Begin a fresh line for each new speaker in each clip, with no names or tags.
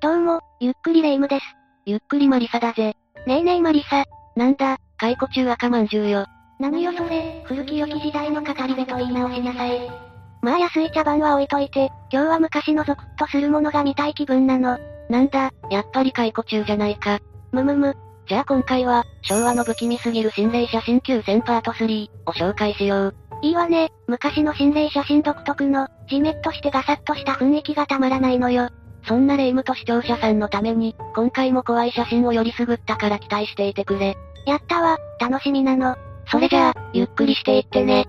どうも、ゆっくりレ夢ムです。
ゆっくりマリサだぜ。
ねえねえマリサ。
なんだ、解雇中赤まんじゅうよ。
なのよそれ、古き良き時代の語り部と言い直しなさい。まあ安い茶番は置いといて、今日は昔のゾクッとするものが見たい気分なの。
なんだ、やっぱり解雇中じゃないか。
むむむ、
じゃあ今回は、昭和の不気味すぎる心霊写真9000パート3を紹介しよう。
いいわね、昔の心霊写真独特の、ジメッとしてガサッとした雰囲気がたまらないのよ。
そんな霊夢と視聴者さんのために、今回も怖い写真をよりすぐったから期待していてくれ。
やったわ、楽しみなの。
それじゃあ、ゆっくりしていってね。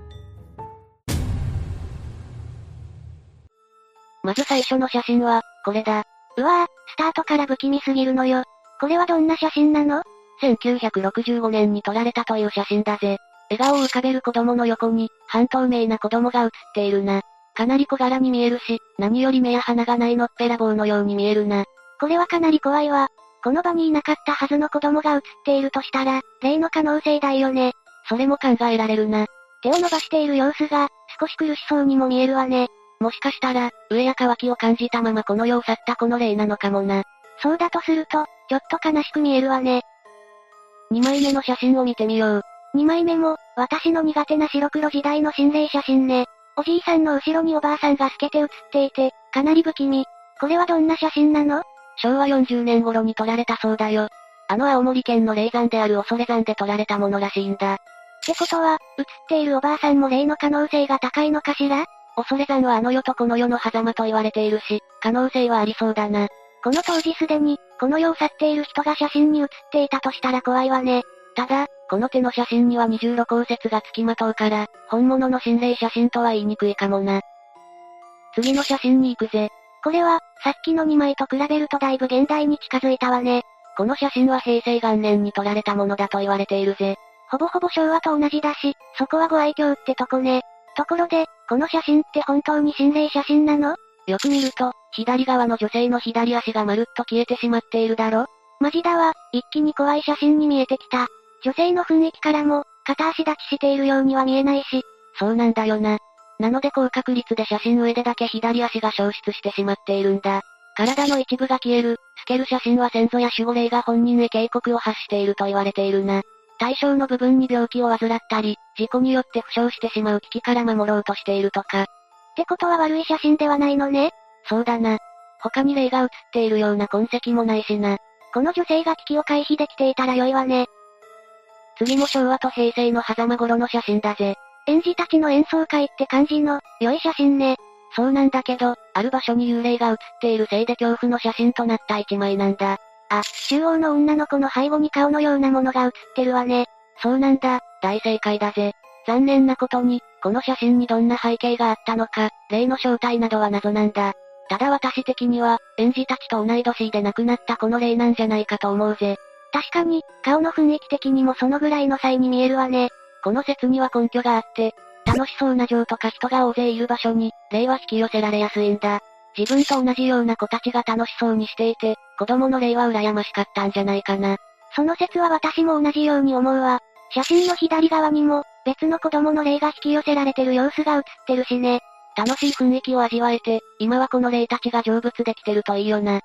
まず最初の写真は、これだ。
うわぁ、スタートから不気味すぎるのよ。これはどんな写真なの
1965年に撮られたという写真だぜ。笑顔を浮かべる子供の横に、半透明な子供が写っているな。かなり小柄に見えるし、何より目や鼻がないのっぺらぼうのように見えるな。
これはかなり怖いわ。この場にいなかったはずの子供が写っているとしたら、例の可能性だよね。
それも考えられるな。
手を伸ばしている様子が、少し苦しそうにも見えるわね。
もしかしたら、上や乾きを感じたままこの世を去ったこの霊なのかもな。
そうだとすると、ちょっと悲しく見えるわね。
2枚目の写真を見てみよう。
2枚目も、私の苦手な白黒時代の心霊写真ね。おじいさんの後ろにおばあさんが透けて写っていて、かなり不気味。これはどんな写真なの
昭和40年頃に撮られたそうだよ。あの青森県の霊山である恐れ山で撮られたものらしいんだ。
ってことは、写っているおばあさんも霊の可能性が高いのかしら
恐れ山はあの世とこの世の狭間と言われているし、可能性はありそうだな。
この当時すでに、この世を去っている人が写真に写っていたとしたら怖いわね。
ただ、この手の写真には二重露光説が付きまとうから、本物の心霊写真とは言いにくいかもな。次の写真に行くぜ。
これは、さっきの2枚と比べるとだいぶ現代に近づいたわね。
この写真は平成元年に撮られたものだと言われているぜ。
ほぼほぼ昭和と同じだし、そこはご愛嬌ってとこね。ところで、この写真って本当に心霊写真なの
よく見ると、左側の女性の左足がまるっと消えてしまっているだろ
マジだわ、一気に怖い写真に見えてきた。女性の雰囲気からも、片足立ちしているようには見えないし。
そうなんだよな。なので高確率で写真上でだけ左足が消失してしまっているんだ。体の一部が消える、透ける写真は先祖や守護霊が本人へ警告を発していると言われているな。対象の部分に病気を患ったり、事故によって負傷してしまう危機から守ろうとしているとか。
ってことは悪い写真ではないのね
そうだな。他に霊が写っているような痕跡もないしな。
この女性が危機を回避できていたら良いわね。
次も昭和と平成の狭間頃の写真だぜ。
園児たちの演奏会って感じの、良い写真ね。
そうなんだけど、ある場所に幽霊が写っているせいで恐怖の写真となった一枚なんだ。
あ、中央の女の子の背後に顔のようなものが写ってるわね。
そうなんだ、大正解だぜ。残念なことに、この写真にどんな背景があったのか、霊の正体などは謎なんだ。ただ私的には、園児たちと同い年で亡くなったこの霊なんじゃないかと思うぜ。
確かに、顔の雰囲気的にもそのぐらいの際に見えるわね。
この説には根拠があって、楽しそうな情とか人が大勢いる場所に、霊は引き寄せられやすいんだ。自分と同じような子たちが楽しそうにしていて、子供の霊は羨ましかったんじゃないかな。
その説は私も同じように思うわ。写真の左側にも、別の子供の霊が引き寄せられてる様子が写ってるしね。
楽しい雰囲気を味わえて、今はこの霊たちが成仏できてるといいよな。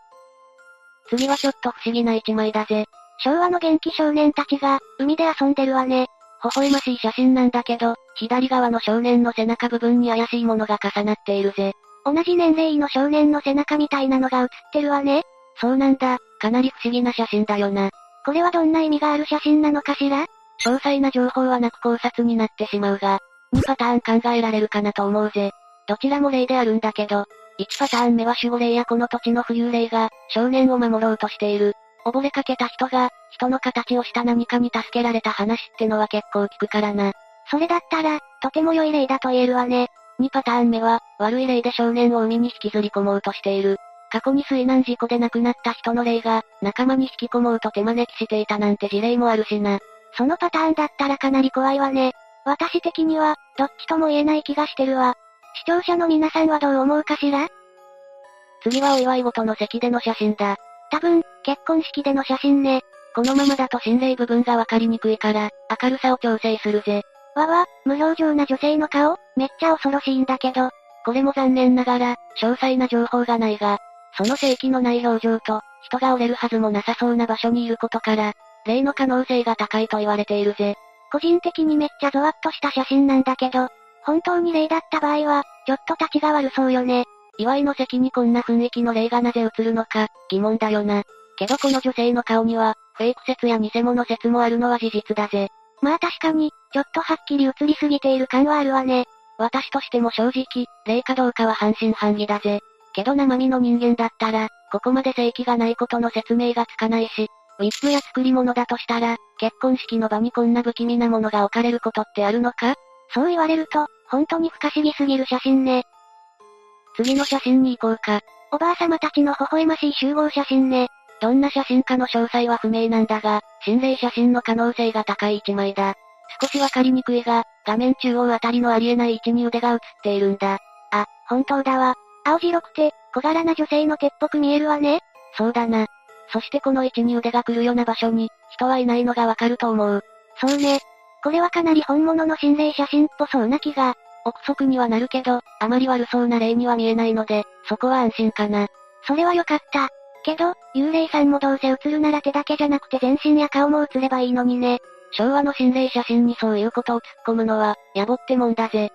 次はちょっと不思議な一枚だぜ。
昭和の元気少年たちが、海で遊んでるわね。
微笑ましい写真なんだけど、左側の少年の背中部分に怪しいものが重なっているぜ。
同じ年齢の少年の背中みたいなのが写ってるわね。
そうなんだ、かなり不思議な写真だよな。
これはどんな意味がある写真なのかしら
詳細な情報はなく考察になってしまうが、2パターン考えられるかなと思うぜ。どちらも例であるんだけど、1パターン目は守護霊やこの土地の浮遊霊が、少年を守ろうとしている。溺れかけた人が、人の形をした何かに助けられた話ってのは結構聞くからな。
それだったら、とても良い例だと言えるわね。
2パターン目は、悪い例で少年を海に引きずり込もうとしている。過去に水難事故で亡くなった人の霊が、仲間に引き込もうと手招きしていたなんて事例もあるしな。
そのパターンだったらかなり怖いわね。私的には、どっちとも言えない気がしてるわ。視聴者の皆さんはどう思うかしら
次はお祝い事の席での写真だ。
多分、結婚式での写真ね。
このままだと心霊部分がわかりにくいから、明るさを調整するぜ。
わわ、無表情な女性の顔、めっちゃ恐ろしいんだけど。
これも残念ながら、詳細な情報がないが、その生気のない表情と、人が折れるはずもなさそうな場所にいることから、例の可能性が高いと言われているぜ。
個人的にめっちゃゾワッとした写真なんだけど、本当に霊だった場合は、ちょっと立ちが悪そうよね。
祝いの席にこんな雰囲気の霊がなぜ映るのか、疑問だよな。けどこの女性の顔には、フェイク説や偽物説もあるのは事実だぜ。
まあ確かに、ちょっとはっきり映りすぎている感はあるわね。
私としても正直、霊かどうかは半信半疑だぜ。けど生身の人間だったら、ここまで正気がないことの説明がつかないし、ウィッグや作り物だとしたら、結婚式の場にこんな不気味なものが置かれることってあるのか
そう言われると、本当に不可思議すぎる写真ね。
次の写真に行こうか。
おばあ様たちの微笑ましい集合写真ね。
どんな写真かの詳細は不明なんだが、心霊写真の可能性が高い一枚だ。少しわかりにくいが、画面中央あたりのありえない位置に腕が映っているんだ。
あ、本当だわ。青白くて、小柄な女性の手っぽく見えるわね。
そうだな。そしてこの位置に腕が来るような場所に、人はいないのがわかると思う。
そうね。これはかなり本物の心霊写真っぽそうな気が。
憶測にはなるけど、あまり悪そうな例には見えないので、そこは安心かな。
それは良かった。けど、幽霊さんもどうせ映るなら手だけじゃなくて全身や顔も映ればいいのにね。
昭和の心霊写真にそういうことを突っ込むのは、やぼってもんだぜ。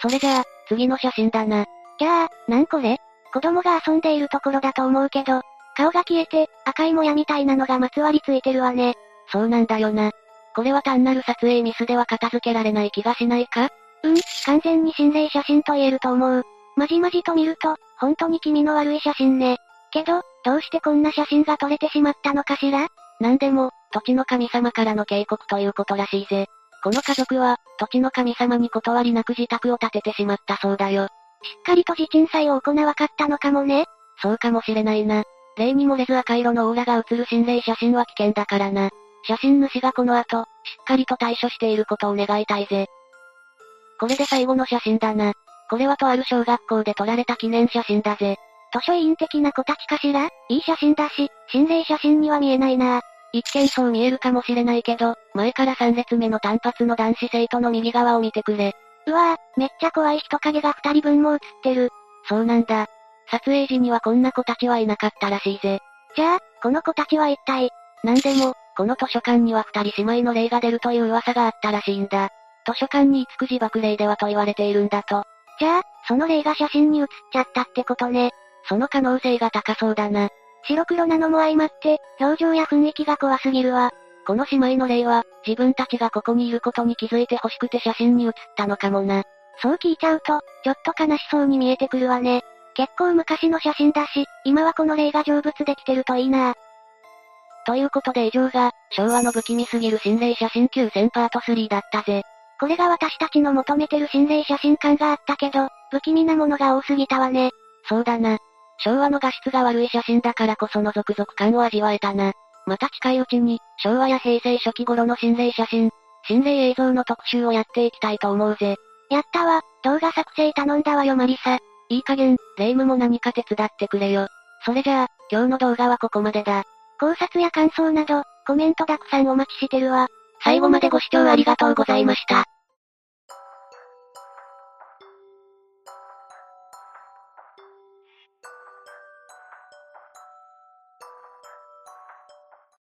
それじゃあ、次の写真だな。
ぎゃあ、なんこれ子供が遊んでいるところだと思うけど、顔が消えて、赤いもやみたいなのがまつわりついてるわね。
そうなんだよな。これは単なる撮影ミスでは片付けられない気がしないか
うん、完全に心霊写真と言えると思う。まじまじと見ると、本当に気味の悪い写真ね。けど、どうしてこんな写真が撮れてしまったのかしら
なんでも、土地の神様からの警告ということらしいぜ。この家族は、土地の神様に断りなく自宅を建ててしまったそうだよ。
しっかりと地鎮祭を行わかったのかもね。
そうかもしれないな。例に漏れず赤色のオーラが映る心霊写真は危険だからな。写真主がこの後、しっかりと対処していることを願いたいぜ。これで最後の写真だな。これはとある小学校で撮られた記念写真だぜ。
図書委員的な子たちかしらいい写真だし、心霊写真には見えないな。
一見そう見えるかもしれないけど、前から3列目の単発の男子生徒の右側を見てくれ。
うわぁ、めっちゃ怖い人影が2人分も映ってる。
そうなんだ。撮影時にはこんな子たちはいなかったらしいぜ。
じゃあ、この子たちは一体
なんでも、この図書館には二人姉妹の霊が出るという噂があったらしいんだ。図書館に五くじ爆霊ではと言われているんだと。
じゃあ、その霊が写真に写っちゃったってことね。
その可能性が高そうだな。
白黒なのも相まって、表情や雰囲気が怖すぎるわ。
この姉妹の霊は、自分たちがここにいることに気づいて欲しくて写真に写ったのかもな。
そう聞いちゃうと、ちょっと悲しそうに見えてくるわね。結構昔の写真だし、今はこの霊が成仏できてるといいな。
ということで以上が、昭和の不気味すぎる心霊写真9000パート3だったぜ。
これが私たちの求めてる心霊写真感があったけど、不気味なものが多すぎたわね。
そうだな。昭和の画質が悪い写真だからこその続々感を味わえたな。また近いうちに、昭和や平成初期頃の心霊写真、心霊映像の特集をやっていきたいと思うぜ。
やったわ、動画作成頼んだわよマリサ。
いい加減、霊夢も何か手伝ってくれよ。それじゃあ、今日の動画はここまでだ。
考察や感想など、コメントたくさんお待ちしてるわ。
最後までご視聴ありがとうございました。